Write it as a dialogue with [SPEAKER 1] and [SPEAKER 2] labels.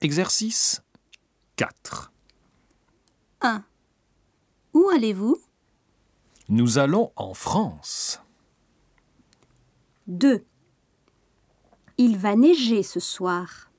[SPEAKER 1] Exercice 4.
[SPEAKER 2] 1. Où allez-vous
[SPEAKER 1] Nous allons en France.
[SPEAKER 2] 2. Il va neiger ce soir.